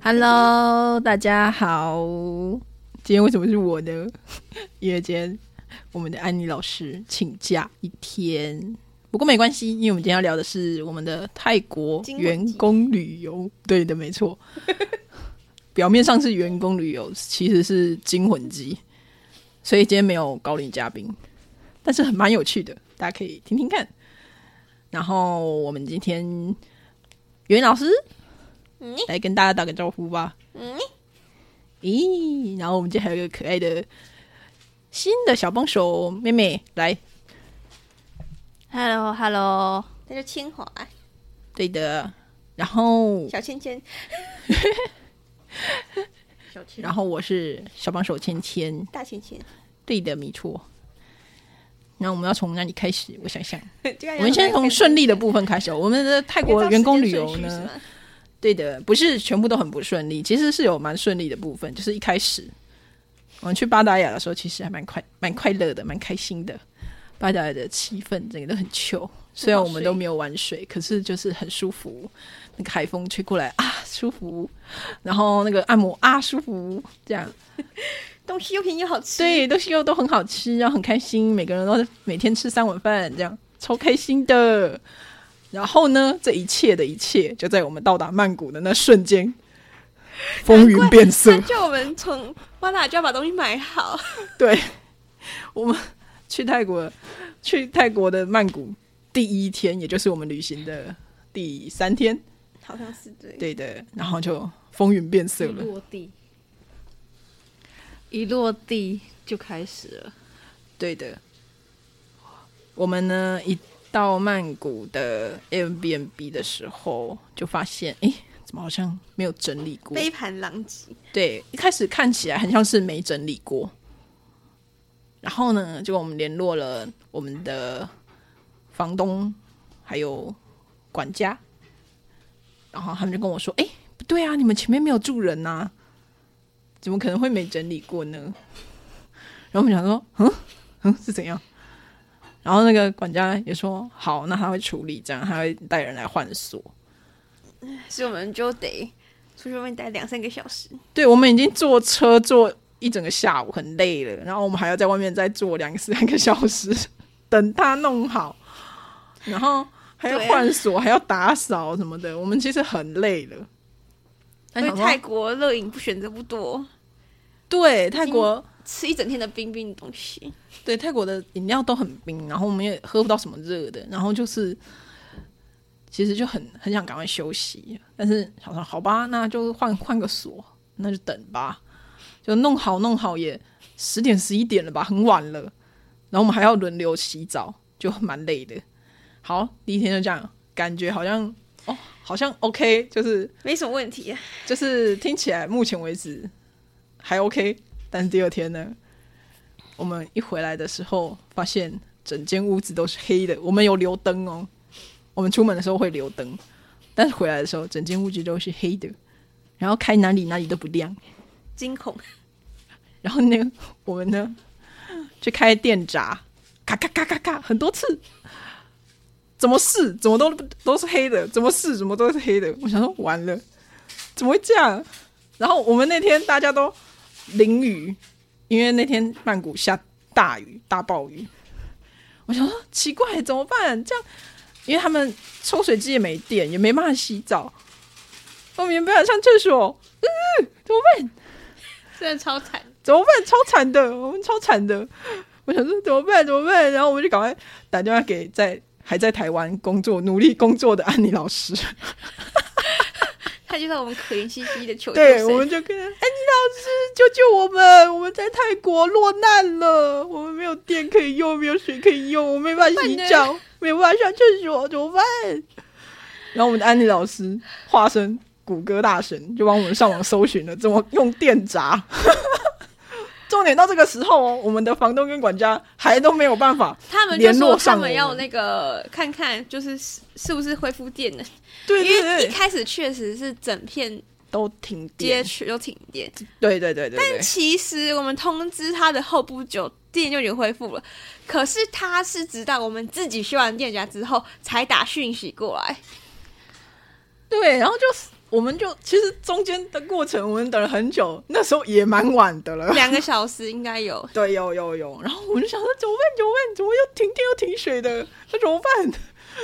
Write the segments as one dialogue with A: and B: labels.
A: Hello，大家好。今天为什么是我呢？ 因为今天我们的安妮老师请假一天，不过没关系，因为我们今天要聊的是我们的泰国
B: 经
A: 员
B: 文集
A: 工旅游。对的，没错。表面上是员工旅游，其实是惊魂记，所以今天没有高龄嘉宾，但是很蛮有趣的，大家可以听听看。然后我们今天袁老师
B: 嗯
A: 来跟大家打个招呼吧。
B: 嗯，
A: 咦，然后我们今天还有一个可爱的新的小帮手妹妹来，
C: Hello Hello，
B: 那就清华
A: 对的。然后，
B: 小芊芊，小芊
A: 然后我是小帮手芊芊，
B: 大芊芊，
A: 对的，没错。那我们要从哪里开始？我想想，
B: 我
A: 哎我们先从顺利的部分开始。哦我们的泰国员工旅游呢，？对的，不是全部都很不顺利，其实是有蛮顺利的部分，就是一开始我们去巴达雅的时候，其实还蛮快、蛮快乐的，蛮开心的。巴达雅的气氛整个都很秋，虽然我们都没有玩水，可是就是很舒服。那个海风吹过来啊，舒服。然后那个按摩啊，舒服。这样
B: 东西又便宜又好吃，，
A: 对，东西又都很好吃，然后很开心，每个人都是每天吃三碗饭，这样超开心的。然后呢，这一切的一切就在我们到达曼谷的那瞬间，风云变色
B: 那。就我们从巴达就要把东西买好，
A: 对，我们去泰国，去泰国的曼谷第一天，也就是我们旅行的第三天，
B: 好像是对，
A: 对的。然后就风云变
C: 一
A: 色了。
C: 落地，一落地就开始了。
A: 对的，我们呢一到曼谷的 Airbnb 的时候，就发现，诶，怎么好像没有整理过？
B: 杯盘狼藉，
A: 对，一开始看起来很像是没整理过。然后呢，结果我们联络了我们的房东还有管家，然后他们就跟我说：“哎，不对啊，你们前面没有住人呐、啊怎么可能会没整理过呢？”然后我们想说：“嗯嗯，是怎样？”然后那个管家也说：“好，那他会处理，这样他会带人来换锁。”
B: 所以我们就得出去外面待两三个小时，
A: 对，我们已经坐车坐一整个下午，很累了，然后我们还要在外面再坐两 三个小时，等他弄好，然后还要
B: 对啊
A: 换锁，还要打扫什么的，我们其实很累了。哎
B: 所以泰国热饮不选择不多，
A: 对泰国
B: 吃一整天的冰冰的东西，
A: 对泰国的饮料都很冰，然后我们也喝不到什么热的，然后就是其实就很很想赶快休息，但是想说好吧，那就换换个锁，那就等吧，就弄好弄好也十点十一点了吧，很晚了，然后我们还要轮流洗澡，就蛮累的。好，第一天就这样，感觉好像哦，好像 OK，就是
B: 没什么问题啊。
A: 就是听起来目前为止还 OK，但是第二天呢，我们一回来的时候发现整间屋子都是黑的，我们有留灯哦，我们出门的时候会留灯，但是回来的时候整间屋子都是黑的，然后开哪里哪里都不亮，
B: 惊 恐，
A: 然后呢，我们呢就开电闸，咔咔咔咔咔很多次，怎么试怎么都都是黑的，怎么试怎么都是黑的。我想说完了，怎么会这样？然后我们那天大家都淋雨，因为那天曼谷下大雨大暴雨。我想说奇怪怎么办？这样，因为他们抽水机也没电，也没办法洗澡，我们也没办法上厕所，嗯，怎么办？
B: 真的超惨。
A: 怎么办？超惨的，我们超惨的。我想说怎么办？怎么办？然后我们就赶快打电话给在还在台湾工作、努力工作的安妮老师。
B: 他就让我们可怜兮兮的求救
A: 对，
B: 声
A: 我们就跟安妮哎老师救救我们！我们在泰国落难了，我们没有电可以用，没有水可以用，我没办法洗澡，没有办法上厕所，怎么办？然后我们的安妮老师化身谷歌大神，就帮我们上网搜寻了怎么用电闸。重点到这个时候哦，我们的房东跟管家还都没有办法。
B: 他们就
A: 联
B: 说
A: 络
B: 他
A: 上我
B: 们
A: 们
B: 要那个看看，就是是是不是恢复电能，
A: 对对
B: 因为
A: 对，
B: 一开始确实是整片
A: 都停
B: 街
A: 电。
B: 区都停电，
A: 对对对对对
B: 但。其实我们通知他的后不久，电就已经恢复了。可是他是直到我们 自己修完电闸之后，才打讯息过来，
A: 对，然后就是我们就其实中间的过程，我们等了很久，那时候也蛮晚的了。
B: 两个小时应该 有。
A: 对，有有有，然后我就想说怎么办？怎么办？怎么又停电又停水的？那怎么办？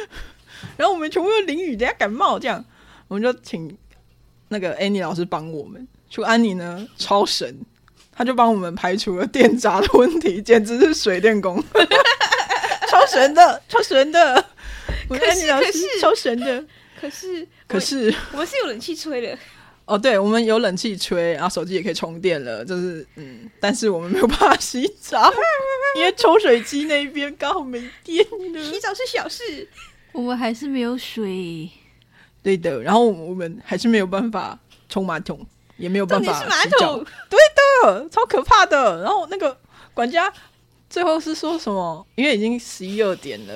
A: 然后我们全部又淋雨，等下感冒这样，我们就请那个 Annie 老师帮我们。就安妮呢，超神，他就帮我们排除了电闸的问题，简直是水电 工，超神的，超神的。我们
B: 可
A: 安
B: 是
A: 妮老
B: 可
A: 师
B: 是
A: 超神的，
B: 可是我，
A: 可是。
B: 我们是有冷气吹的，
A: 哦，对，我们有冷气吹，然后手机也可以充电了，就是嗯，但是我们没有办法洗澡， 因为抽水机那一边刚好没电了。
B: 洗澡是小事。
C: 我们还是没有水，
A: 对的，然后我们还是没有办法冲马桶，也没有
B: 重
A: 办
B: 点
A: 法
B: 是马
A: 洗澡
B: 桶，，
A: 呃超可怕的。然后那个管家最后是说什么？因为已经十一二点了，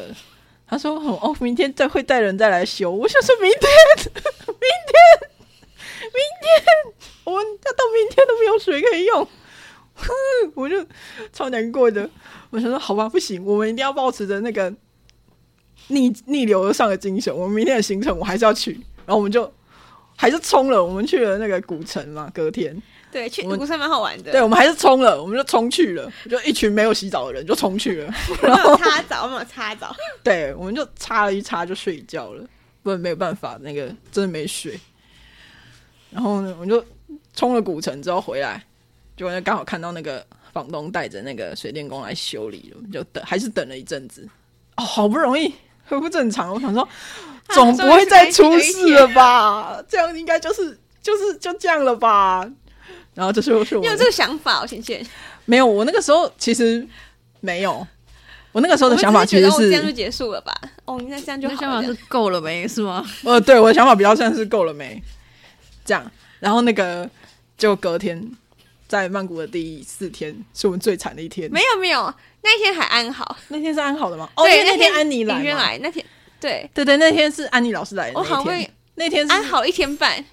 A: 他说什么哦，明天再会带人再来修。我想说明天， 明天，明天，我们要到明天都没有水可以用， 我就超难过的。我想说好吧，不行，我们一定要保持着那个逆逆流而上的精神。我们明天的行程我还是要去，然后我们就。还是冲了，我们去了那个古城嘛，隔天。
B: 对，去
A: 我们
B: 庐山蛮好玩的。
A: 对，我们还是冲了，我们就冲去了，就一群没有洗澡的人就冲去了，然
B: 没有
A: 后
B: 擦澡，没有擦澡。
A: 对，我们就擦了一擦就睡觉了，不然没有办法，那个真的没水。然后呢，我们就冲了古城之后回来，结果就刚好看到那个房东带着那个水电工来修理了，我们就等，还是等了一阵子，哦，好不容易恢复正常，我想说，啊总不会再出事了吧？这样应该就是就是就这样了吧？然后这就是 我
B: 你有
A: 们
B: 这个想法、哦，倩倩？
A: 没有，我那个时候其实没有，我那个时候的想法
B: 我们只
A: 其实，
B: 觉得哦这样就是结束了吧？哦，那这样就
C: 那
B: 好了。
C: 想法
B: 这
C: 是
B: 样
C: 够了没？是吗？
A: 呃，对，我的想法比较像是够了没这样。然后那个就隔天在曼谷的第四天是我们最惨的一天，
B: 没有没有，那天还安好。
A: 那天是安好的吗？哦，因
B: 对，
A: 为那
B: 天
A: 安妮来
B: 林渊
A: 嘛，
B: 来那天，对
A: 对对，那天是安妮老师来的
B: 我好
A: 那
B: 会啊
A: 天，那天是
B: 安好一天半。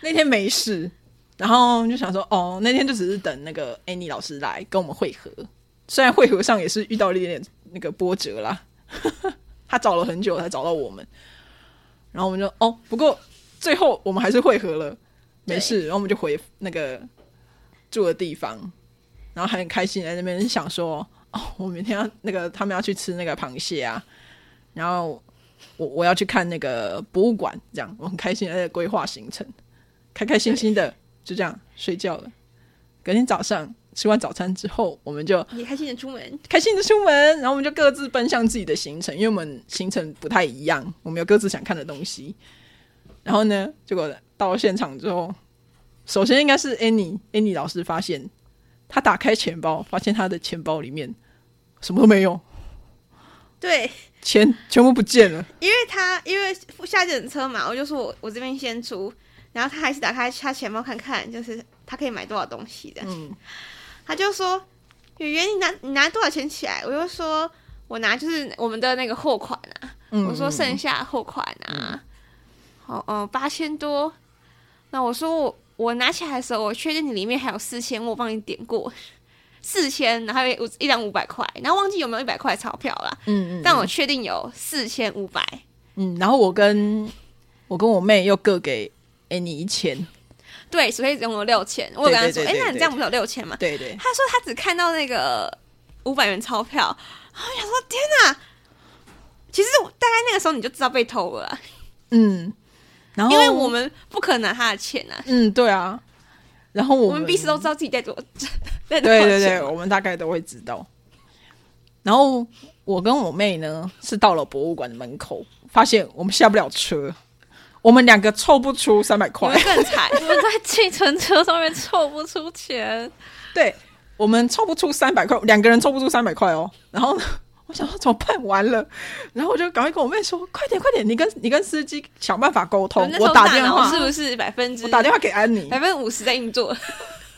A: 那天没事，然后就想说，哦，那天就只是等那个 Annie 老师来跟我们会合，虽然会合上也是遇到了一点点那个波折啦， 他找了很久才找到我们，然后我们就哦，不过最后我们还是会合了，没事，然后我们就回那个住的地方，然后还很开心在那边想说，哦，我明天要那个他们要去吃那个螃蟹啊，然后我我要去看那个博物馆，这样我很开心地在规划行程，开开心心的就这样睡觉了。隔天早上吃完早餐之后，我们就
B: 也开心的出门，
A: 开心的出门，然后我们就各自奔向自己的行程，因为我们行程不太一样，我们有各自想看的东西。然后呢，结果到了现场之后，首先应该是 Annie Annie 老师发现，她打开钱包，发现她的钱包里面什么都没有，
B: 对，
A: 钱全部不见了。
B: 因为他因为下一等车嘛，我就说我我这边先出，然后他还是打开他钱包看看，就是他可以买多少东西的，
A: 嗯，
B: 他就说圆圆你拿你拿多少钱起来，我就说我拿就是我们的那个货款啊，
A: 嗯
B: 我说剩下货款啊，好嗯八千多，那我说我我拿起来的时候，我确定你里面还有四千，我帮你点过。四千，然后有一张五百块，然后忘记有没有一百块钞票啦。
A: 嗯嗯
B: 但我确定有四千五百。
A: 嗯，然后我跟我跟我妹又各给 Annie 一千，
B: 对，所以总共有六千。我有跟他说，
A: 对对
B: 哎、
A: 对
B: 那你
A: 对
B: 这样不是有六千吗？
A: 对对，
B: 他说他只看到那个五百元钞票，然后我想说天哪！其实我大概那个时候你就知道被偷了啦，
A: 嗯，然后
B: 因为我们不可能拿他的钱啊，
A: 嗯对啊，然后
B: 我
A: 我
B: 们彼此都知道自己带 多带多少
A: 对
B: 钱。
A: 对对，我们大概都会知道。然后我跟我妹呢，是到了博物馆的门口，发现我们下不了车，我们两个凑不出三百
B: 你
A: 块
B: 们，更惨。
C: 我们在计程车上面凑不出钱，
A: 对我们凑不出三百块，两个人凑不出三百块哦。然后呢， 我想说怎么办？完了，然后我就赶快跟我妹说：“快点，快点，你跟你跟司机想办法沟通
B: 们那，时
A: 我
B: 候
A: 打
B: 大
A: 电
B: 脑
A: 话，
B: 是不是百分之
A: 我打电话给安妮
B: 百。分之五十在运 作？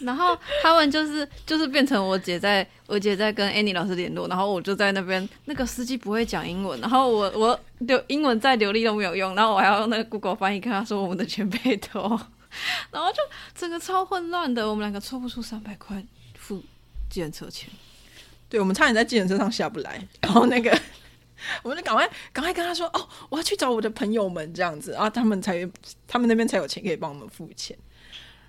C: 然后他们就是就是变成我姐在我姐在跟 Annie 老师联络，然后我就在那边，那个司机不会讲英文，然后我我流英文再流利都没有用，然后我还要用那个 Google 翻译跟他说我们的钱被偷，然后就整个超混乱的，我们两个凑不出三百块付计程车钱，
A: 对，我们差点在计程车上下不来，然后那个 我们就赶快赶快跟他说哦，我要去找我的朋友们这样子啊，他们才他们那边才有钱可以帮我们付钱。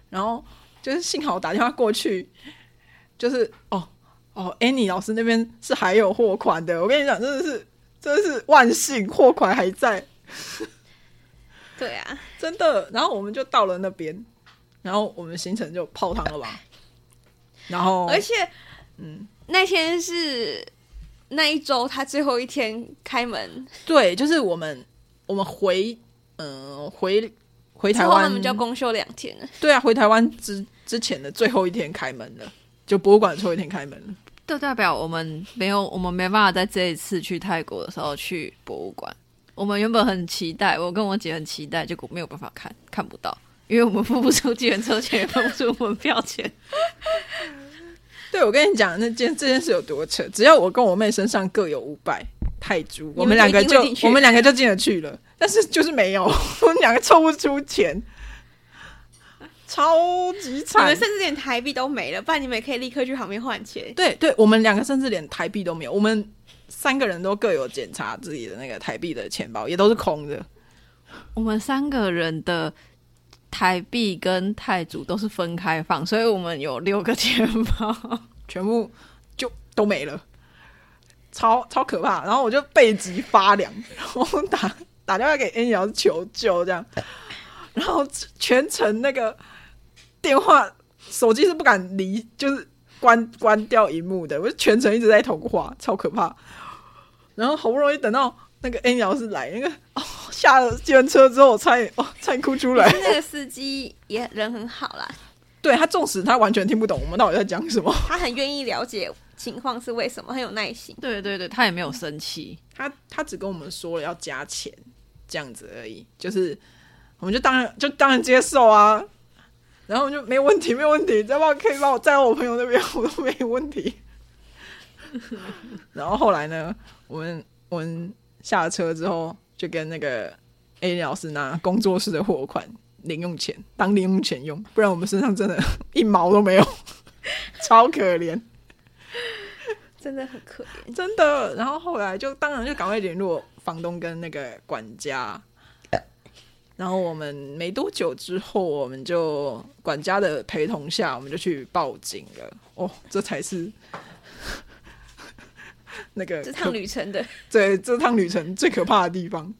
A: 然后就是幸好我打电话过去，就是哦哦，Annie 老师那边是还有货款的，我跟你讲，真的是真的是万幸，货款还在，
B: 对啊，
A: 真的。然后我们就到了那边，然后我们行程就泡汤了吧。然后
B: 而且
A: 哦嗯，
B: 那天是那一周他最后一天开门
A: 对，就是我们我们回嗯、呃回回
B: 之
A: 台
B: 后，
A: 湾，
B: 他们就要公休两天了。
A: 对啊，回台湾之之前的最后一天开门了，就博物馆最后一天开门了。
C: 这代表我们没有，我们没办法在这一次去泰国的时候去博物馆。我们原本很期待，我跟我姐很期待，结果没有办法看，看不到，因为我们付不出计程车钱，也付不出门票钱。
A: 对，我跟你讲，那件这件事有多扯，只要我跟我妹身上各有五百泰铢，我们两个就
B: 就一定会进去
A: 我们两个就进得去了，但是就是没有， 我们两个凑不出钱，超级
B: 你们
A: 惨
B: 甚。至连台币都没了，不然你们也可以立刻去旁边换钱。
A: 对对，我们两个甚至连台币都没有，我们三个人都各有检查自己的那个台币的钱包，也都是空的。
C: 我们三个人的台币跟泰铢都是分开放，所以我们有六个钱包。
A: 全部就都没了，超超可怕。然后我就背脊发凉， 然后打打电话给 Annie 老师求救，这样，然后全程那个电话手机是不敢离，就是关关掉荧幕的，我就全程一直在通话，超可怕。然后好不容易等到那个 Annie 老师来，那个哦下了计程车之后，我差点哦差点哭出来。
B: 那个司机也人很好啦，
A: 对他，纵使他完全听不懂我们到底在讲什么。
B: 他很愿意了解情况是为什么，很有耐心。
C: 对对对，他也没有生气。
A: 他他只跟我们说了要加钱这样子而已，就是我们就当然就当然接受啊，然后我们就没有问题，没有问题，再把可以把我载到我朋友那边，我都没问题。然后后来呢，我们我们下了车之后，就跟那个 A 老师拿工作室的货款零用钱当零用钱用，不然我们身上真的 一毛都没有，超可怜。
B: 真的很可怜。
A: 真的。然后后来就当然就赶快联络房东跟那个管家。然后我们没多久之后，我们就管家的陪同下，我们就去报警了。哦，这才是 那个
B: 这
A: 可
B: 趟旅程的
A: 对这趟旅程最可怕的地方。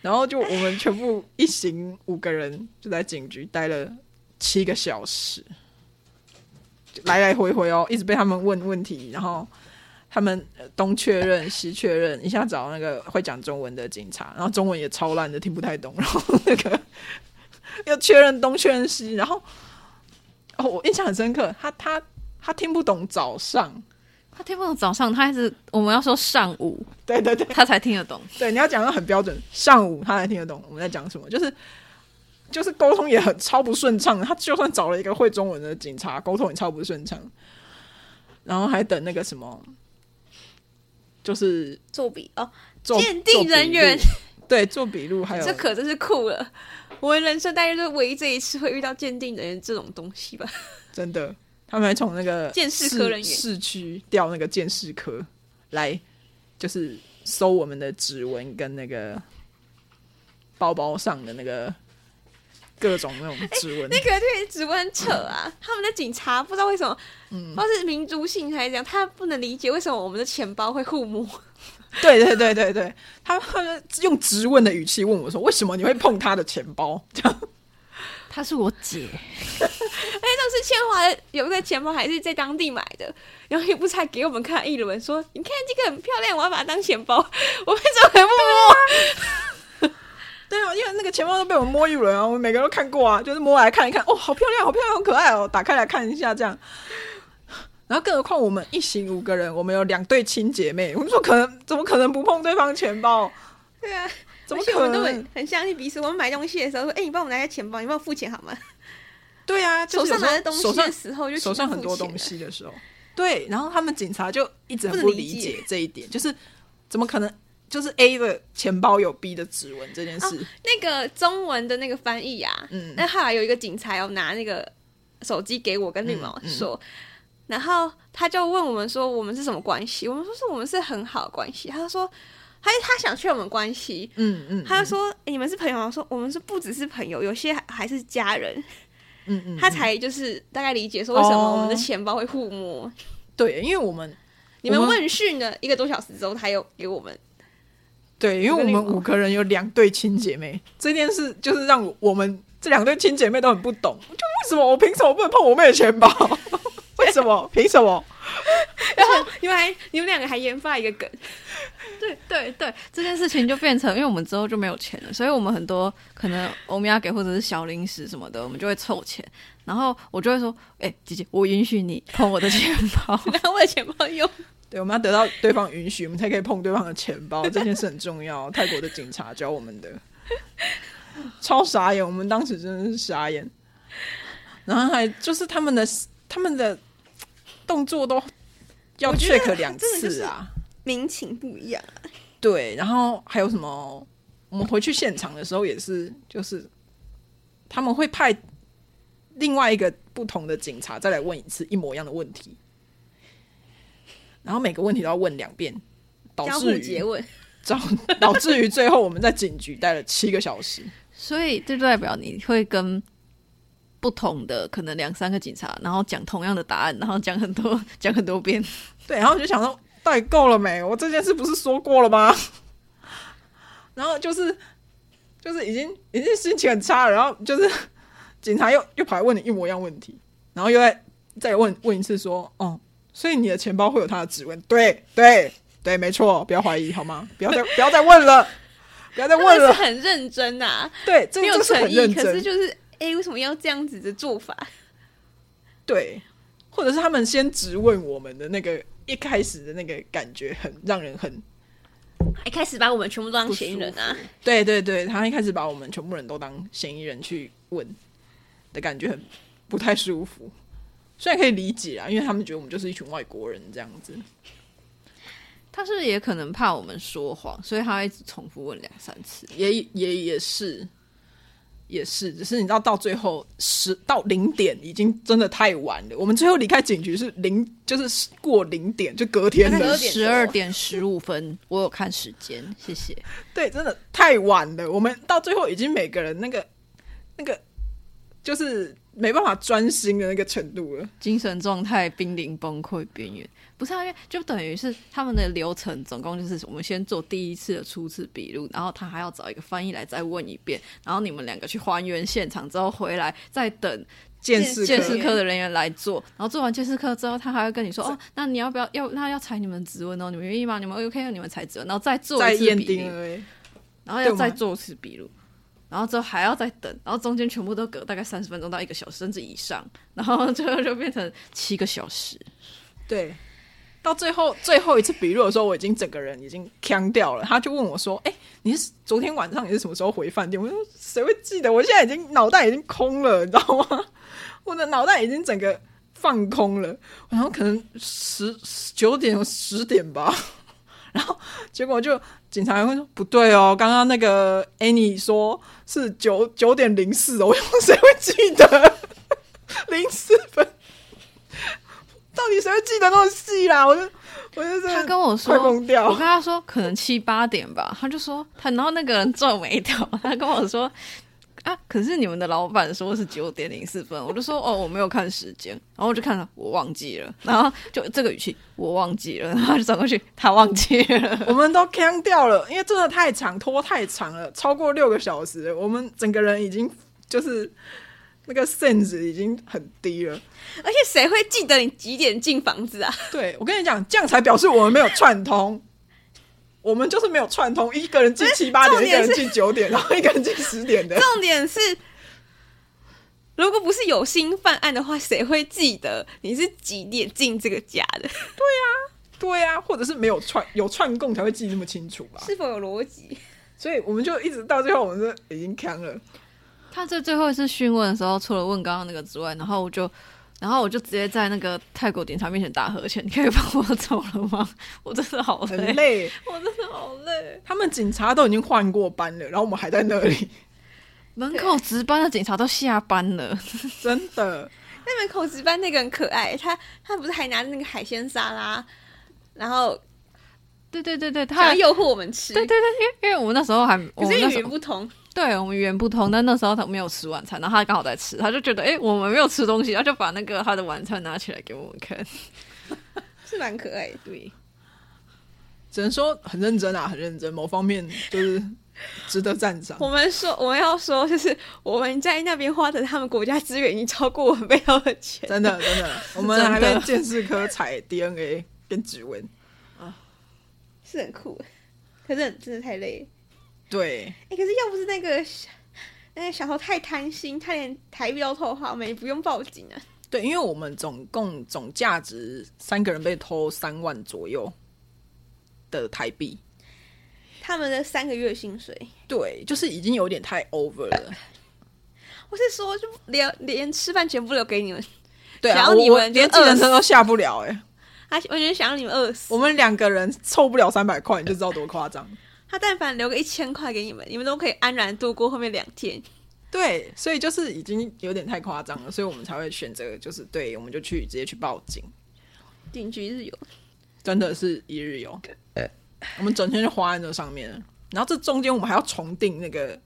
A: 然后就我们全部一行五个人就在警局待了七个小时，就来来回回哦，一直被他们问问题，然后他们呃东确认西确认，一下找那个会讲中文的警察，然后中文也超烂的，听不太懂，然后那个 要确认东确认西，然后哦，我印象很深刻，他他他听不懂早上，
C: 他听不懂早上，他一直我们要说上午，
A: 对对对
C: 他才听得懂。
A: 对，你要讲的很标准，上午他才听得懂我们在讲什么，就是就是沟通也很超不顺畅的。他就算找了一个会中文的警察，沟通也超不顺畅，然后还等那个什么，就是
B: 作弊哦，
A: 做
B: 鉴定人
A: 做
B: 员，
A: 笔录对，做笔录还有
B: 这可真是酷了。我们人生大概就是唯一这一次会遇到鉴定人员这种东西吧。
A: 真的，他们还从那个
B: 鉴识
A: 市
B: 科人员
A: 市区调那个鉴识科来，就是搜我们的指纹跟那个包包上的那个各种那种指纹。
B: 哎那个对指纹很扯啊，他们的警察不知道为什么，不知道是民族性还是怎样，他不能理解为什么我们的钱包会互摸。
A: 对对对对对，他他们用质问的语气问我说：“为什么你会碰他的钱包？”这样
C: 她是我姐，
B: 哎，那是千华的有一个钱包，还是在当地买的，然后也不是还给我们看议论说，你看这个很漂亮，我要把它当钱包， 我为什么会不摸？
A: 对啊，因为那个钱包都被我们摸一轮啊，我们每个都看过啊，就是摸来看一看，哦，好漂亮，好漂亮，好可爱哦，打开来看一下这样。然后，更何况我们一行五个人，我们有两对亲姐妹，我们说可能怎么可能不碰对方钱包？
B: 对啊，
A: 怎么
B: 而且我
A: 可
B: 们都
A: 能
B: 很？很相信彼此。我们买东西的时候说，哎、你帮我拿一下钱包，你帮我付钱好吗？
A: 对啊，就
B: 手
A: 是有
B: 上
A: 时
B: 拿
A: 候
B: 着东西
A: 手上
B: 的时候就
A: 手
B: 请
A: 上
B: 他
A: 很
B: 付
A: 多
B: 钱
A: 东
B: 了，
A: 西的时候，对，然后他们警察就一直很
B: 不能
A: 理
B: 理解
A: 解这一点，就是怎么可能？就是 A 的钱包有 B 的指纹这件事，
B: 那个中文的那个翻译啊，
A: 嗯
B: 那后来有一个警察要拿那个手机给我跟绿毛
A: 嗯嗯
B: 说。然后他就问我们说我们是什么关系，我们说是我们是很好的关系，他就说他他想确认我们关系，
A: 嗯嗯，
B: 他就说、诶你们是朋友吗，我说我们是不只是朋友，有些还还是家人，
A: 嗯嗯，
B: 他才就是大概理解说为什么
A: 哦
B: 我们的钱包会互摸。
A: 对，因为我们
B: 你们
A: 我们
B: 问讯了一个多小时之后，他又给我们
A: 对，因为我们五个人有两对亲姐妹，这件事就是让我我们这两对亲姐妹都很不懂，就为什么我凭什么不能碰我妹的钱包？ 为什么？凭什么？
B: 然后你们还你们两个还研发一个梗，
C: 对对对，这件事情就变成，因为我们之后就没有钱了，所以我们很多可能欧米亚给或者是小零食什么的，我们就会凑钱。然后我就会说：“哎、姐姐，我允许你碰我的钱包。
B: 然后我的钱包又
A: 对，我们要得到对方允许，我们才可以碰对方的钱包，这件事很重要。 泰国的警察教我们的，超傻眼，我们当时真的是傻眼。然后还就是他们的他们的动作都要
B: 我觉得
A: check 两
B: 真的就是
A: 次啊，
B: 民情不一样，
A: 对，然后还有什么？我们回去现场的时候也是，就是他们会派另外一个不同的警察再来问一次一模一样的问题，然后每个问题都要问两遍，导
B: 交互
A: 致
B: 诘
A: 于
B: 问，
A: 导 导致于最后我们在警局待了七个小时。”
C: 所以这就代表你会跟不同的可能两三个警察，然后讲同样的答案，然后讲很多讲很多遍。
A: 对，然后我就想说，到底够了没？我这件事不是说过了吗？ 然后就是就是已经已经心情很差了，然后就是 警察又又跑来问你一模一样问题，然后又再再问问一次说，哦，所以你的钱包会有他的指纹？对对对，没错，不要怀疑好吗？不要再不要再问了，不要再
B: 他
A: 问
B: 们是
A: 了。
B: 很认真啊，
A: 对，这
B: 没有
A: 这是
B: 诚
A: 很
B: 意，
A: 认
B: 可
A: 真，
B: 是就是哎，为什么要这样子的做法？
A: 对，或者是他们先质问我们的那个一开始的那个感觉很，让人很
B: 一哎开始把我们全部都当嫌疑人啊，
A: 对对对，他一开始把我们全部人都当嫌疑人去问的感觉很不太舒服，虽然可以理解啊，因为他们觉得我们就是一群外国人这样子。
C: 他是不是也可能怕我们说谎，所以他会一直重复问两三次？
A: 也也也是，也是，只是你知道，到最后十到零点已经真的太晚了。我们最后离开警局是零，就是过零点，就隔天
C: 大
B: 那
C: 概
B: 有
A: 的。
B: 点
C: 十二点十五分，我有看时间，谢谢。
A: 对，真的太晚了。我们到最后已经每个人那个那个就是没办法专心的那个程度了。
C: 精神状态濒临崩溃边缘。不是、啊，因为就等于是他们的流程，总共就是我们先做第一次的初次笔录，然后他还要找一个翻译来再问一遍，然后你们两个去还原现场之后回来，再等
A: 见识
C: 鉴
A: 科
C: 识科的人员来做，然后做完鉴识科之后，他还会跟你说哦，那你要不要要那要采你们指纹哦，你们愿意吗？你们 OK 哦你们采指纹，然后再做
A: 在
C: 一次
A: 验
C: 笔
A: 定
C: 录，
A: 而已。
C: 然后要再做一次笔录，然后之后还要再等，然后中间全部都隔大概三十分钟到一个小时甚至以上，然后最后就变成七个小时。
A: 对，到最后最后一次笔录的时候，我已经整个人已经腔掉了。他就问我说：“哎、你是昨天晚上你是什么时候回饭店？”我说：“谁会记得？我现在已经脑袋已经空了，你知道吗？我的脑袋已经整个放空了。然后可能十九点十点吧， 然后结果就警察会说不对哦，刚刚那个 Annie 说是九九点零四哦，我说谁会记得 零四分？到底谁会记得那么细啦？我就我就真的
C: 他跟我说，
A: 快疯掉
C: 我跟他说可能七八点吧，他就说他，然后那个人皱眉头，他跟我说啊，可是你们的老板说是九点零四分，我就说哦，我没有看时间，然后我就看了，我忘记了，然后就这个语气，我忘记了，然后他就转过去，他忘记了，
A: 我们都腔掉了，因为真的太长，拖太长了，超过六个小时，我们整个人已经就是那个 sense 已经很低了。
B: 而且谁会记得你几点进房子啊？
A: 对我跟你讲，这样才表示我们没有串通，我们就是没有串通，一个人进七八 点，
B: 重
A: 一个
B: 点是
A: 人进九点，然后一个人进十点的。
B: 重点是，如果不是有心犯案的话，谁会记得你是几点进这个家的？
A: 对啊，或者是没有串，有串供才会记那么清楚吧。
B: 是否有逻辑？
A: 所以我们就一直到最后，我们是已经扛了。
C: 他在最后一次讯问的时候，除了问刚刚那个之外，然后我就，然后我就直接在那个泰国警察面前大合拳，你可以帮我走了吗？ 我真的好
A: 很累，
B: 我真的好累。
A: 他们警察都已经换过班了，然后我们还在那里，
C: 门口值班的警察都下班了，
A: 真的。
B: 那门口值班那个很可爱，他他不是还拿着那个海鲜沙拉，然后
C: 对对对对，
B: 想
C: 他
B: 要诱惑我们吃。
C: 对对对，因为因为我们那时候还，我
B: 可
C: 们
B: 是
C: 那
B: 语
C: 时
B: 言
C: 候
B: 不同，
C: 对我们语言不通，但那时候他没有吃晚餐，然后他刚好在吃，他就觉得哎、诶我们没有吃东西，他就把那个他的晚餐拿起来给我们看。
B: 是蛮可爱的。
C: 对，
A: 只能说很认真啊，很认真，某方面就是值得赞赏。
B: 我们说我们要说，就是我们在那边花的他们国家资源已经超过我们被他们的钱。
A: 真的真的，我们
C: 真的
A: 还被建识科采 DNA 跟指纹。
B: 是很酷，可是很真的太累了。
A: 对，
B: 哎、可是要不是那个小 那个小偷太贪心，他连台币都偷的话，我们也不用报警啊。
A: 对，因为我们总共总价值三个人被偷三万左右的台币，
B: 他们的三个月薪水，
A: 对，就是已经有点太 over 了。
B: 我是说，就连连吃饭钱不留给你们，
A: 对
B: 然
A: 啊，
B: 后
A: 我
B: 你
A: 我
B: 们就
A: 连计程
B: 饿
A: 车
B: 死
A: 都下不了哎、欸
B: 他完全想让你们饿死。
A: 我们两个人凑不了三百块，你就知道多夸张。
B: 他但凡留个一千块给你们，你们都可以安然度过后面两天。
A: 对，所以就是已经有点太夸张了，所以我们才会选择就是对，我们就去直接去报警，
B: 定居日游，
A: 真的是一日游，我们整天就花在这上面了，然后这中间我们还要重订那个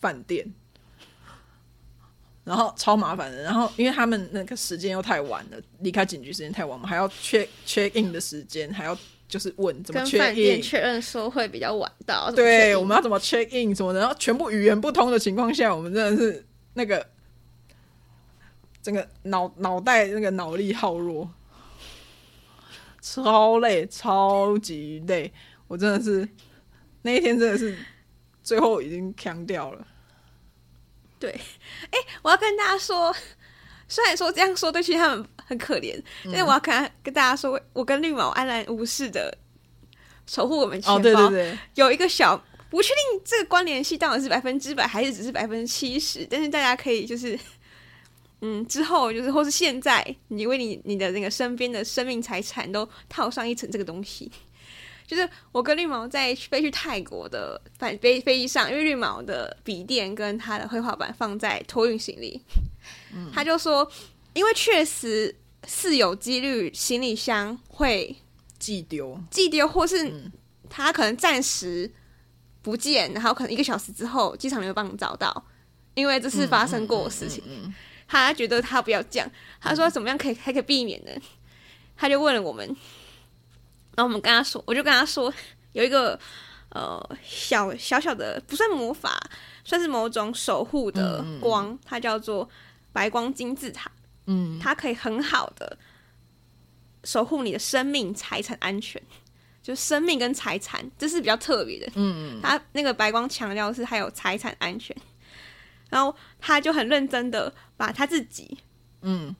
A: 饭店，然后超麻烦的，然后因为他们那个时间又太晚了，离开警局时间太晚，我们还要 check check in 的时间，还要就是问怎么
B: 跟
A: check
B: 饭店
A: in，
B: 确认说会比较晚到。怎么 确
A: 对，
B: 定
A: 我们要怎么 check in 什么的，然后全部语言不通的情况下，我们真的是那个整个脑脑袋那个脑力耗弱，超累，超级累。我真的是那一天真的是最后已经强掉了，
B: 我要跟大家说， 虽然说这样说对其他们很可怜，
A: 嗯
B: 但是我要跟他跟大家说，我跟绿毛安然无事的守护我们钱包。
A: 哦，对对对，
B: 有一个小不确定这个关联系到底是百分之百还是只是百分之七十，但是大家可以就是， 嗯，之后就是或是现在，你为你你的那个身边的生命财产都套上一层这个东西。 就是我跟绿毛在飞去泰国的反飞飞机上，因为绿毛的笔电跟他的绘画板放在托运行李，他就说，因为确实是有几率行李箱会
A: 寄丢，
B: 寄丢，或是
A: 嗯
B: 他可能暂时不见，然后可能一个小时之后机场没有帮你找到，因为这是发生过的事
A: 嗯
B: 情。他觉得他不要这样，他说怎么样可以还可以避免呢？他就问了我们，然后我们跟他说，我就跟他说有一个呃小小小的不算魔法，算是某种守护的
A: 嗯嗯嗯
B: 光，它叫做白光金字塔。
A: 嗯，
B: 它可以很好的守护你的生命财产安全，就生命跟财产，这是比较特别的。
A: 嗯，
B: 他那个白光强调是还有财产安全，然后他就很认真的把他自己，
A: 嗯，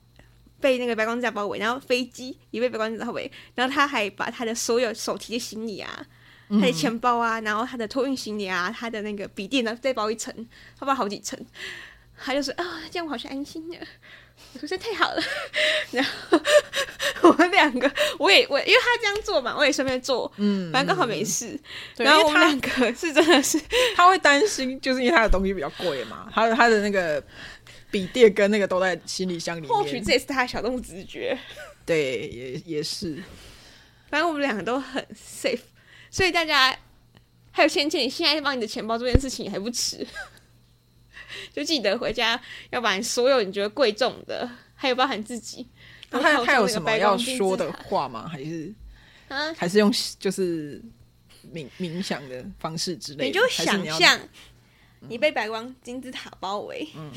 B: 被那个白光之塔包围，然后飞机也被白光之塔包围，然后他还把他的所有手提的行李啊。
A: 嗯
B: 他的钱包啊，然后他的托运行李啊，他的那个笔电呢，再包一层，他包好几层。他就说：“啊、这样我好像安心了。”我说：“太好了。” 然后 我们两个，我也我，因为他这样做嘛，我也顺便做，
A: 嗯
B: 反正刚好没事。
A: 对
B: 然后
A: 因
B: 我
A: 为
B: 们
A: 他
B: 两个是真的是
A: 他会担心，就是因为他的东西比较贵嘛，他的他的那个笔电跟那个都在行李箱里面，
B: 或许这也是他的小动物直觉。
A: 对也也是，
B: 反正我们两个都很 safe，所以大家还有芊芊，你现在帮你的钱包做这件事情还不迟， 就记得回家要把你所有你觉得贵重的，还有包含自己。
A: 那
B: 然
A: 他
B: 后
A: 他
B: 套
A: 有什
B: 上那个
A: 么
B: 白
A: 要
B: 光金字
A: 说的
B: 塔
A: 话吗？还是
B: 啊？
A: 还是用就是冥冥想的方式之类的？
B: 你就
A: 还是
B: 想
A: 你要嗯
B: 象你被白光金字塔包围，嗯，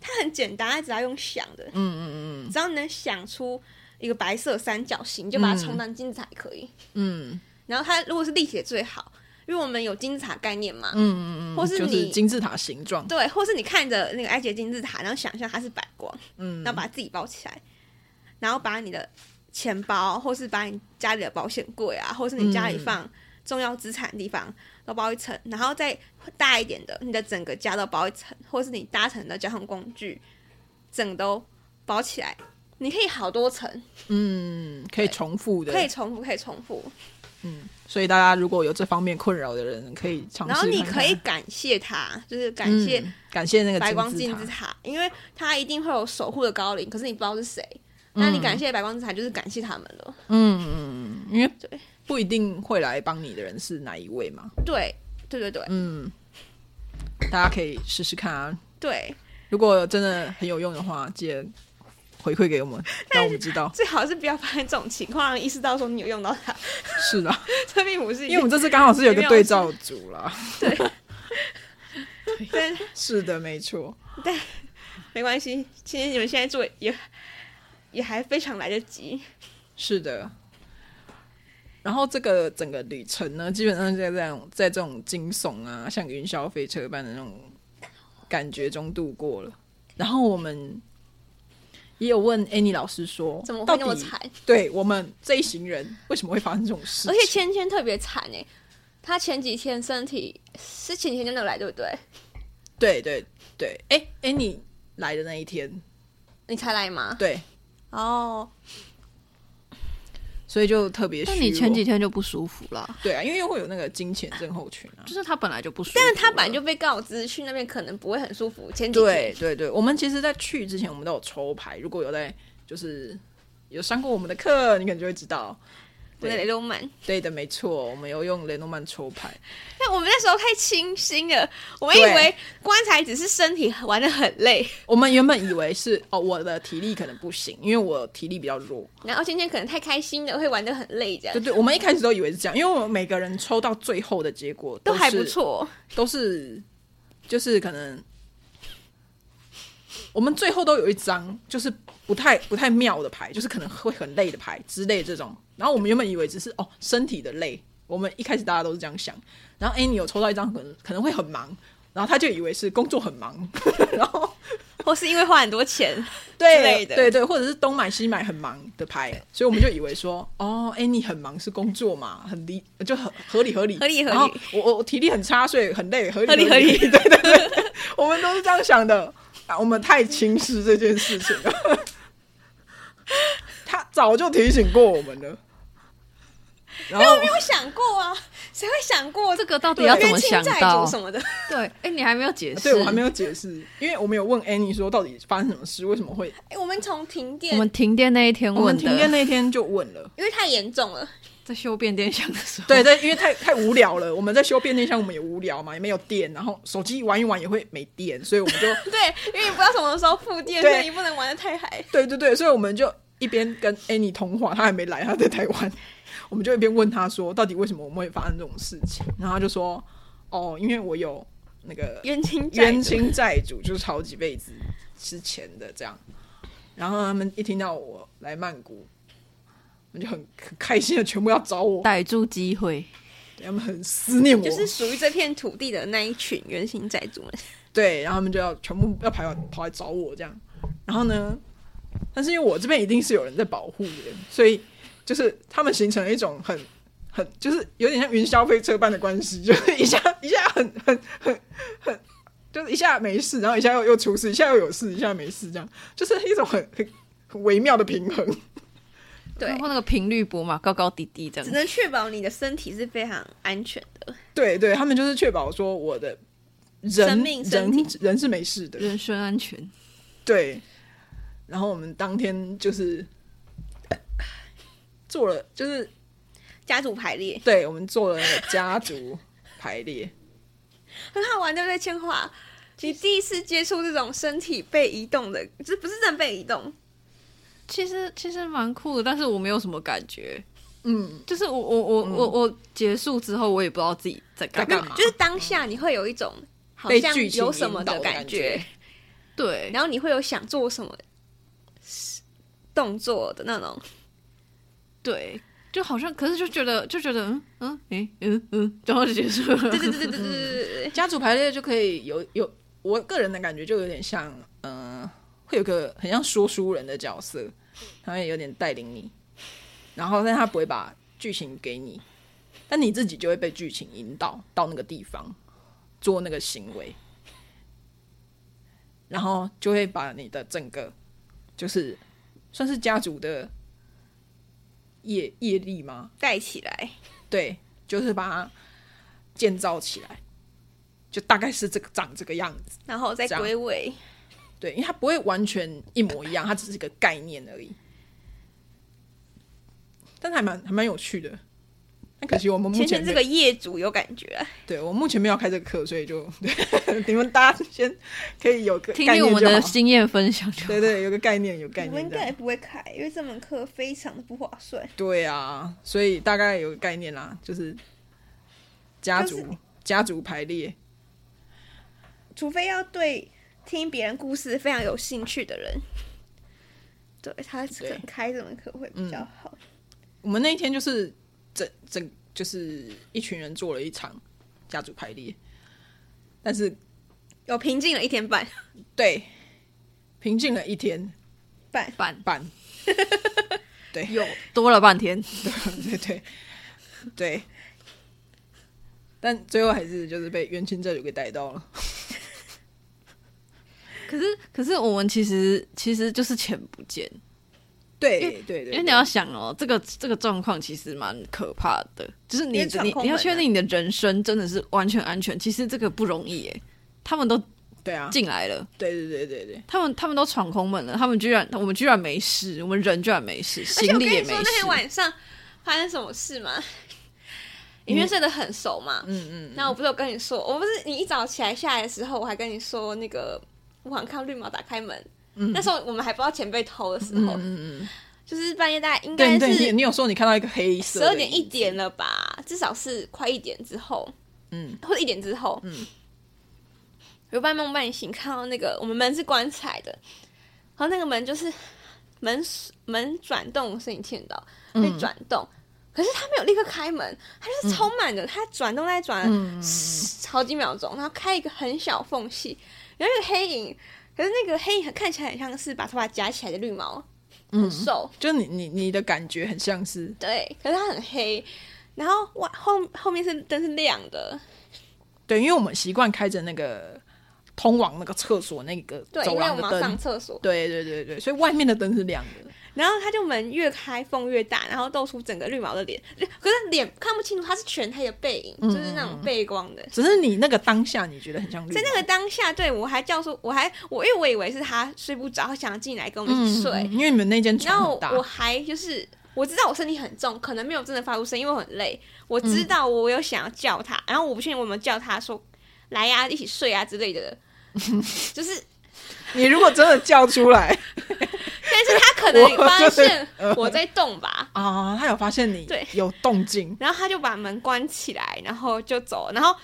B: 它很简单，它只要用想的，嗯嗯嗯，只要你能想出一个白色三角形，你就把它冲当金字塔也可以。
A: 嗯
B: 然后它如果是立体的最好，因为我们有金字塔概念嘛，
A: 嗯嗯嗯，
B: 或是
A: 就
B: 你
A: 是金字塔形状，
B: 对，或是你看着那个埃及的金字塔，然后想象它是白光，
A: 嗯
B: 然后把自己包起来，然后把你的钱包，或是把你家里的保险柜啊，或是你家里放重要资产的地方都包一层，然后再大一点的，你的整个家都包一层，或是你搭乘的交通工具，整个都包起来。你可以好多层，
A: 嗯，可以重复的，
B: 可以重复，可以重复。
A: 嗯，所以大家如果有这方面困扰的人，可以尝试看
B: 然后
A: 看。
B: 你可以感谢他，就是感
A: 嗯
B: 谢
A: 感谢那个
B: 白光
A: 金
B: 金
A: 字
B: 字
A: 塔，
B: 塔，因为他一定会有守护的高龄，可是你不知道是谁。那你感谢白光之塔，就是感谢他们了。
A: 嗯嗯，嗯因为
B: 对
A: 不一定会来帮你的人是哪一位嘛，
B: 对，对对对
A: 嗯，大家可以试试看啊。
B: 对，
A: 如果真的很有用的话，记得回馈给我 们，让我们知道。
B: 最好是不要发生这种情况，让意识到说你有用到它，
A: 是 的，
B: 这并不是一
A: 因为我
B: 个
A: 们这次刚好是有一个对照组啦。
B: 但
A: 是的，没错。
B: 没关系，其实你们现在做也也还非常来得及。
A: 是的。然后这个整个旅程呢，基本上在这种在这种惊悚啊，像云霄飞车般的那种感觉中度过了。然后我们也有问 Annie 老师说，
B: 怎么会
A: 到
B: 那么
A: 底
B: 惨？
A: 对我们这一行人为什么会发生这种事情？
B: 而且芊芊特别惨哎、她前几天身体是前几天真的来对不对？
A: 对对对，哎 Annie 来的那一天，
B: 你才来吗？
A: 对，
B: 哦，
A: 所以就特别虚
C: 但
A: 弱。
C: 你前几天就不舒服了，
A: 对啊，因为又会有那个金钱症候群啊
C: 就。是他本来就不舒服了，
B: 但是她本来就被告知去那边可能不会很舒服，前几
A: 对
B: 天
A: 对对，我们其实，在去之前，我们都有抽牌。如果有在就是有上过我们的课，你可能就会知道。
B: 我的雷诺曼。
A: 对的，没错，我们有用雷诺曼抽牌。
B: 但我们那时候太清新了，我们以
A: 对
B: 为棺材只是身体玩的很累，
A: 我们原本以为是哦，我的体力可能不行，因为我体力比较弱。
B: 然后芊芊可能太开心了，会玩的很累这样
A: 对。对，我们一开始都以为是这样，因为我们每个人抽到最后的结果
B: 都
A: 是
B: 还不，错，
A: 都是就是可能。我们最后都有一张，就是不太不太妙的牌，就是可能会很累的牌之类这种。然后我们原本以为只是哦身体的累，我们一开始大家都是这样想。然后 Annie 有抽到一张可能可能会很忙，然后他就以为是工作很忙， 然后
B: 或是因为花很多钱，之类
A: 对
B: 的
A: 对对，或者是东买西买很忙的牌，所以我们就以为说 哦 Annie 很忙是工作嘛，很理就很合理合理
B: 合理合理
A: 然后我我我体力很差，所以很累，合理
B: 合理
A: 合
B: 合理
A: 对对对， 我们都是这样想的啊，我们太轻视这件事情了。 他早就提醒过我们了。然
B: 因为
A: 后
B: 我没有想过啊，谁会想过
C: 这
B: 这个
C: 个到底要怎么想
B: 冤亲债
C: 到
B: 主？什么的？
C: 对，哎、你还没有解释，
A: 对我还没有解释，因为我们有问 Annie 说到底发生什么事，为什么会
B: 哎我们从停
C: 我
B: 电，
C: 们停电那一天
A: 我们
C: 问
A: 停电
C: 的，
A: 那天就问了。
B: 因为太严重了，
C: 在修变电箱的 时候，
A: 对对，因为太太无聊了，我们在修变电箱，我们也无聊嘛，也没有电，然后手机玩一玩也会没电，所以我们就
B: 对，因为你不知道什么时候复电，
A: 对
B: 所以你不能玩的太嗨。
A: 对对对，所以我们就一边跟 Annie 通话，她还没来，她在台湾，我们就一边问她说，到底为什么我们会发生这种事情？然后她就说，哦，因为我有那个
B: 冤亲债
A: 冤
B: 主，
A: 亲债主，就是好几辈子之前的这样。然后他们一听到我来曼谷，我们就很很开心的全部要找我，
C: 逮住机会，
A: 他们很思念我，
B: 就是属于这片土地的那一群冤亲债主们。
A: 对，然后他们就要全部要跑跑来找我这样。然后呢，但是因为我这边一定是有人在保护的，所以就是他们形成了一种很很就是有点像云霄飞车般的关系，就是一下 一下很很很很，就是一下没事，然后一下又又出事，一下又有事，一下没事，这样就是一种很很很微妙的平衡。
B: 对
C: 然，后那个频率波嘛，高高低低这
B: 只
C: 样。
B: 能确保你的身体是非常安全的。
A: 对对，他们就是确保说我的人
B: 生命身
A: 人
B: 体
A: 人是没事的，
C: 人身安全，
A: 对，然后我们当天就是呃做了，就是
B: 家族排列
A: 对我们做了家族排列，
B: 很好玩，对不对？千华，你第一次接触这种身体被移动的，这不是真的被移动，
C: 其实其实蛮酷的，但是我没有什么感觉。
A: 嗯，
C: 就是我我我、我我结束之后，我也不知道自己在干
A: 在干
C: 嘛
A: 嘛。
B: 就是当下你会有一种好
A: 被
B: 像
A: 剧情
B: 有什么
A: 引导的
B: 感
A: 感觉，
C: 对，
B: 然后你会有想做什么动作的那种。
C: 对，就好像，可是就觉得就觉得嗯嗯诶嗯嗯，然后 就结束
B: 对
C: 了。
B: 对对对对对对对对，
A: 家族排列就可以有有，我个人的感觉就有点像，嗯、会有个很像说书人的角色，他会有点带领你，然后但他不会把剧情给你，但你自己就会被剧情引导到那个地方做那个行为，然后就会把你的整个就是算是家族的业业力吗？
B: 带起来，
A: 对，就是把它建造起来，就大概是这个长这个样子。
B: 然后再
A: 这样
B: 归位。
A: 对，因为它不会完全一模一样，它只是一个概念而已。但是还蛮还蛮有趣的。但可惜我们目
B: 芊
A: 前
B: 芊这
A: 没
B: 个业主有感觉啊，
A: 对我目前没有开这个课，所以就对 你们大家先可以有个
C: 听
A: 概
C: 听我
A: 念
C: 们
A: 就
C: 的
A: 好。
C: 经验分享就好。
A: 对对，有个概念，有概
B: 我们
A: 念
B: 应
A: 这
B: 该也
A: 样。
B: 不会开，因为这门课非常的不划算。
A: 对啊，所以大概有个概念啦，就是家
B: 就是
A: 族家族排列。
B: 除非要对听别人故事非常有兴趣的人，对他可能开这门课会比较好。
A: 嗯我们那一天就是整整就是一群人做了一场家族排列，但是
B: 有平静了一天半
A: 对平静了一天
B: 半，
C: 半
A: 半，
C: 有多了半天，
A: 对对对，但最后还是就是被冤亲债主给逮到了。
C: 可是可是我们其实其实就是钱不见，
A: 对对对，
C: 因为你要想哦，这个这个状况其实蛮可怕的，就是
B: 因
C: 你
B: 为
C: 你
B: 闯
C: 你
B: 空
C: 你要
B: 门
C: 确
B: 啊
C: 定你的人生真的是完全安全，其实这个不容易耶。他们都
A: 对啊，
C: 进来了，
A: 对对对对对，
C: 他们他们都闯空门了，他们居然我们居然没事，我们人居然没事，
B: 而且
C: 行
B: 我
C: 李
B: 跟
C: 也
B: 你
C: 没
B: 说那天
C: 事。
B: 晚上发生什么事吗？因为睡得很熟嘛，
A: 嗯嗯嗯，
B: 那我不是有跟你说，我不是你一早起来下来的时候，我还跟你说那个我好像看到绿毛打开门，
A: 嗯
B: 那时候我们还不知道钱被偷的时候，就是半夜大哦概应
A: 对嗯
B: 该
A: 对，
B: 是
A: 你你有说你看到一个黑色
B: 十
A: 的
B: 二点一
A: 影子
B: 点，了吧，至少是快一点之后，
A: 嗯，
B: 或者一点之后，嗯，有半梦半醒看到那个我们门是关起来的，然后那个门就是门门转动的声音听得到，会
A: 嗯
B: 转动。可是他没有立刻开门，他就是超慢的，他转动再转
A: 嗯
B: 了十好几秒钟，然后开一个很小缝隙，然后那个黑影，可是那个黑影看起来很像是把头发夹起来的绿毛，
A: 嗯
B: 很瘦，
A: 就你你你的感觉很像是
B: 对，可是它很黑，然后外后后面是灯是亮的，
A: 对，因为我们习惯开着那个通往那个厕所那个
B: 对，
A: 走
B: 因为我
A: 廊
B: 们
A: 的
B: 要上
A: 灯，
B: 厕所，
A: 对对对对，所以外面的灯是亮的。
B: 然后它就门越开缝越大，然后露出整个绿毛的脸，可是脸看不清楚，它是全黑的背影，
A: 嗯
B: 就是那种背光的。
A: 只是你那个当下，你觉得很像绿
B: 在
A: 毛
B: 那个当下，对我还叫说，我还我因为我以为是他睡不着，想要进来跟我们一起睡，
A: 嗯嗯嗯因为你们那间
B: 然
A: 床
B: 后
A: 很大，
B: 我还就是我知道我身体很重，可能没有真的发出声音，因为我很累。
A: 嗯
B: 我知道我有想要叫他，然后我不确定我有没有叫他说来呀、一起睡啊之 类的，就是，
A: 你如果真的叫出 来
B: 但是他可能
A: 我
B: 发现
A: 呃
B: 我在动吧。
A: 啊，他有发现你
B: 对
A: 有动静，
B: 然后他就把门关起来，然后就走了，然后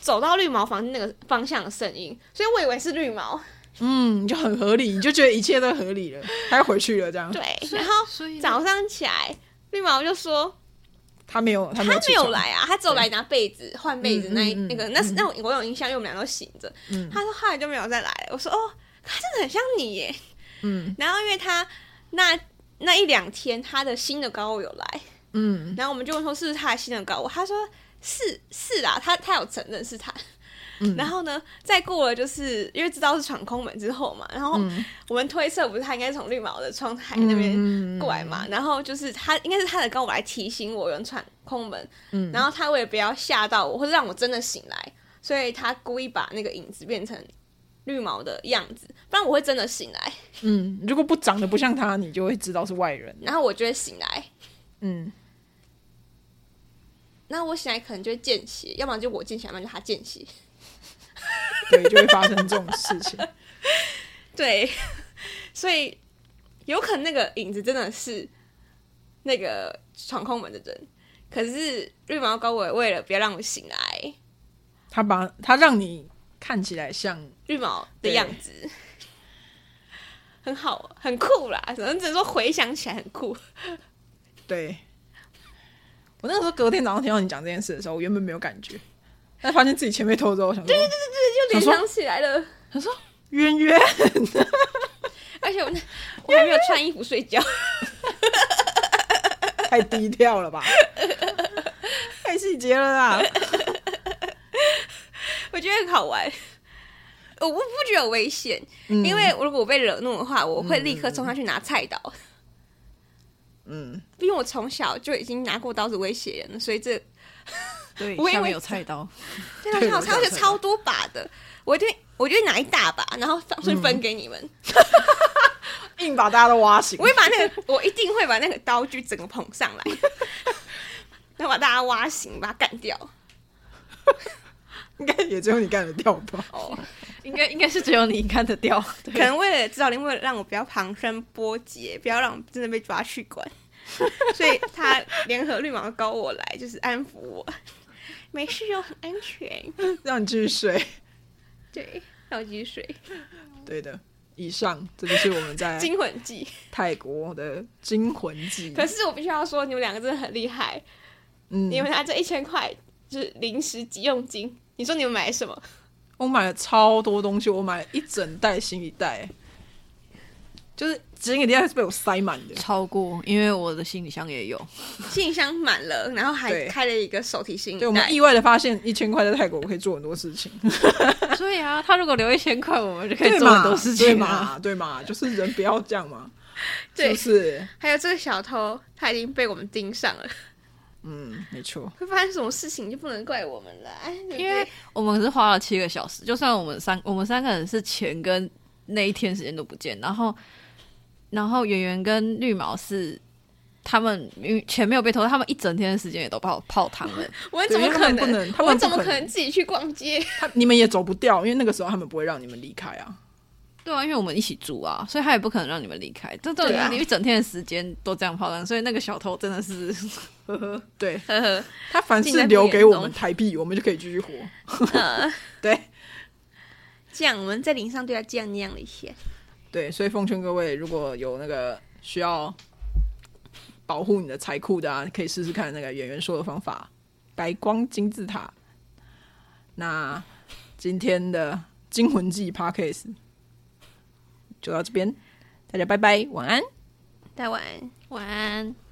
B: 走到绿毛房间那个方向的声音，所以我以为是绿毛，
A: 嗯，你就很合理，你就觉得一切都合理了，他要回去了这样。
B: 对。
C: 所以
B: 然后
C: 所以
B: 早上起来，绿毛就说
A: 他没有，他没有
B: 他没
A: 起床，
B: 有来啊，他只有来拿被子换被子那一
A: 嗯嗯嗯
B: 那个那是那我我有印象，因为我们俩都醒着。
A: 嗯
B: 他说后来就没有再来了。我说哦，他真的很像你耶。
A: 嗯
B: 然后因为他那那一两天他的新的高我有来，
A: 嗯，
B: 然后我们就问说是不是他的新的高我，他说是是啦，他他有承认是他。
A: 嗯
B: 然后呢，再过了就是因为知道是闯空门之后嘛，然后我们推测不是他应该从绿毛的窗台那边
A: 嗯
B: 过来嘛，然后就是他应该是他的跟我来提醒我有人闯空门，
A: 嗯
B: 然后他为了不要吓到我，或者让我真的醒来，所以他故意把那个影子变成绿毛的样子，不然我会真的醒来，
A: 嗯，如果不长得不像他，你就会知道是外人。
B: 然后我就会醒来，
A: 嗯，
B: 那我醒来可能就会见血，要不然就我见血，要不然就他见血，
A: 对，就会发生这种事 情。
B: 对，所以有可能那个影子真的是那个闯空门的人，可是绿毛高我为了不要让我醒来，
A: 他把他让你看起来像，
B: 绿毛的样子，很好，很酷啦。只能只能说回想起来很酷。
A: 对我那个时候隔天早上听到你讲这件事的时候，我原本没有感觉，但发现自己钱被偷走，我想说
B: 就联想起来了。
A: 冤冤。
B: 而且我那我还没有穿衣服睡觉，
A: 太低调了吧，太细节了啦。
B: 我觉得很好玩。我不不觉得有危险，
A: 嗯
B: 因为如果我被惹怒的话，我会立刻冲上去拿菜刀。
A: 嗯，
B: 因为我从小就已经拿过刀子威胁人了，所以 这
C: 对，
B: 我以
C: 下面
B: 为
C: 有菜 刀，
B: 对啊，超
A: 我知道
B: 超而且超多把的，我一定我就会拿一大把，然后
A: 嗯
B: 上去分给你们。
A: 硬把大家都挖醒
B: 我。会把那个，我一定会把那个刀具整个捧上 来，然后把大家挖醒，把它干掉。
A: 应该也只有你干得掉吧？
B: 哦，
C: 应该应该是只有你看得掉。 对
B: 可能为了指导令，为了让我不要旁生波及，不要让我真的被抓去关， 所以他联合绿毛高我来，就是安抚我， 没事哦，很安全。
A: 让你继续睡。
B: 对，倒继续睡，
A: 对的，以上这就是我们在
B: 惊魂记。
A: 泰国的惊魂记。
B: 可是我必须要说，你们两个真的很厉害，
A: 嗯，
B: 你们拿这一千块就是临时急用金，你说你们买什么？
A: 我买了超多东西，我买了一整袋行李袋，就是行李袋是被我塞满的。
C: 超过，因为我的行李箱 也有，
B: 行李箱满了，然后还
A: 对
B: 开了一个手提行
A: 对，我
B: 李
A: 们
B: 袋。
A: 意外的发现，一千块在泰国我可以做很多事 情，
C: 所以啊，他如果留一千块，我们就可以
A: 对
C: 做很
A: 嘛？
C: 多事
A: 对
C: 情啊。
A: 嘛？对嘛？就是人不要这样嘛，是
B: 对
A: 不是？
B: 还有这个小偷，他已经被我们盯上了，
A: 嗯，没错。
B: 会发生什么事情就不能怪我们了，哎对不对
C: 因为我们是花了七个小时，就算我们三我们三个人是钱跟那一天时间都不见，然后然后圆圆跟绿毛是他们因为钱没有被偷，他们一整天的时间也都泡泡汤 了。
B: 我们怎
A: 对
B: 么
A: 因为他
B: 可
A: 们不能他
B: 我们
A: 们
B: 怎
A: 不
B: 么可
A: 可能
B: 能自己去 逛街？
A: 他你们也走不掉，因为那个时候他们不会让你们离开啊。
C: 对啊，因为我们一起住啊，所以他也不可能让你们离开。这都
B: 对啊
C: 一整天的时间都这样泡汤，所以那个小偷真的是
A: 对
B: 呵呵，
A: 他凡
B: 尽在
A: 是
B: 不
A: 留
B: 言
A: 给我
B: 中
A: 们台币，我们就可以继续活。
B: 呃，
A: 对
B: 这样我们在林上对他这样那样了一些，
A: 对，所以奉劝各位，如果有那个需要保护你的财库的啊，可以试试看那个演员说的方法——白光金字塔。那今天的《惊魂记》Podcast 就到这边，大家拜拜，晚安。
B: 大家晚安。
C: 晚安。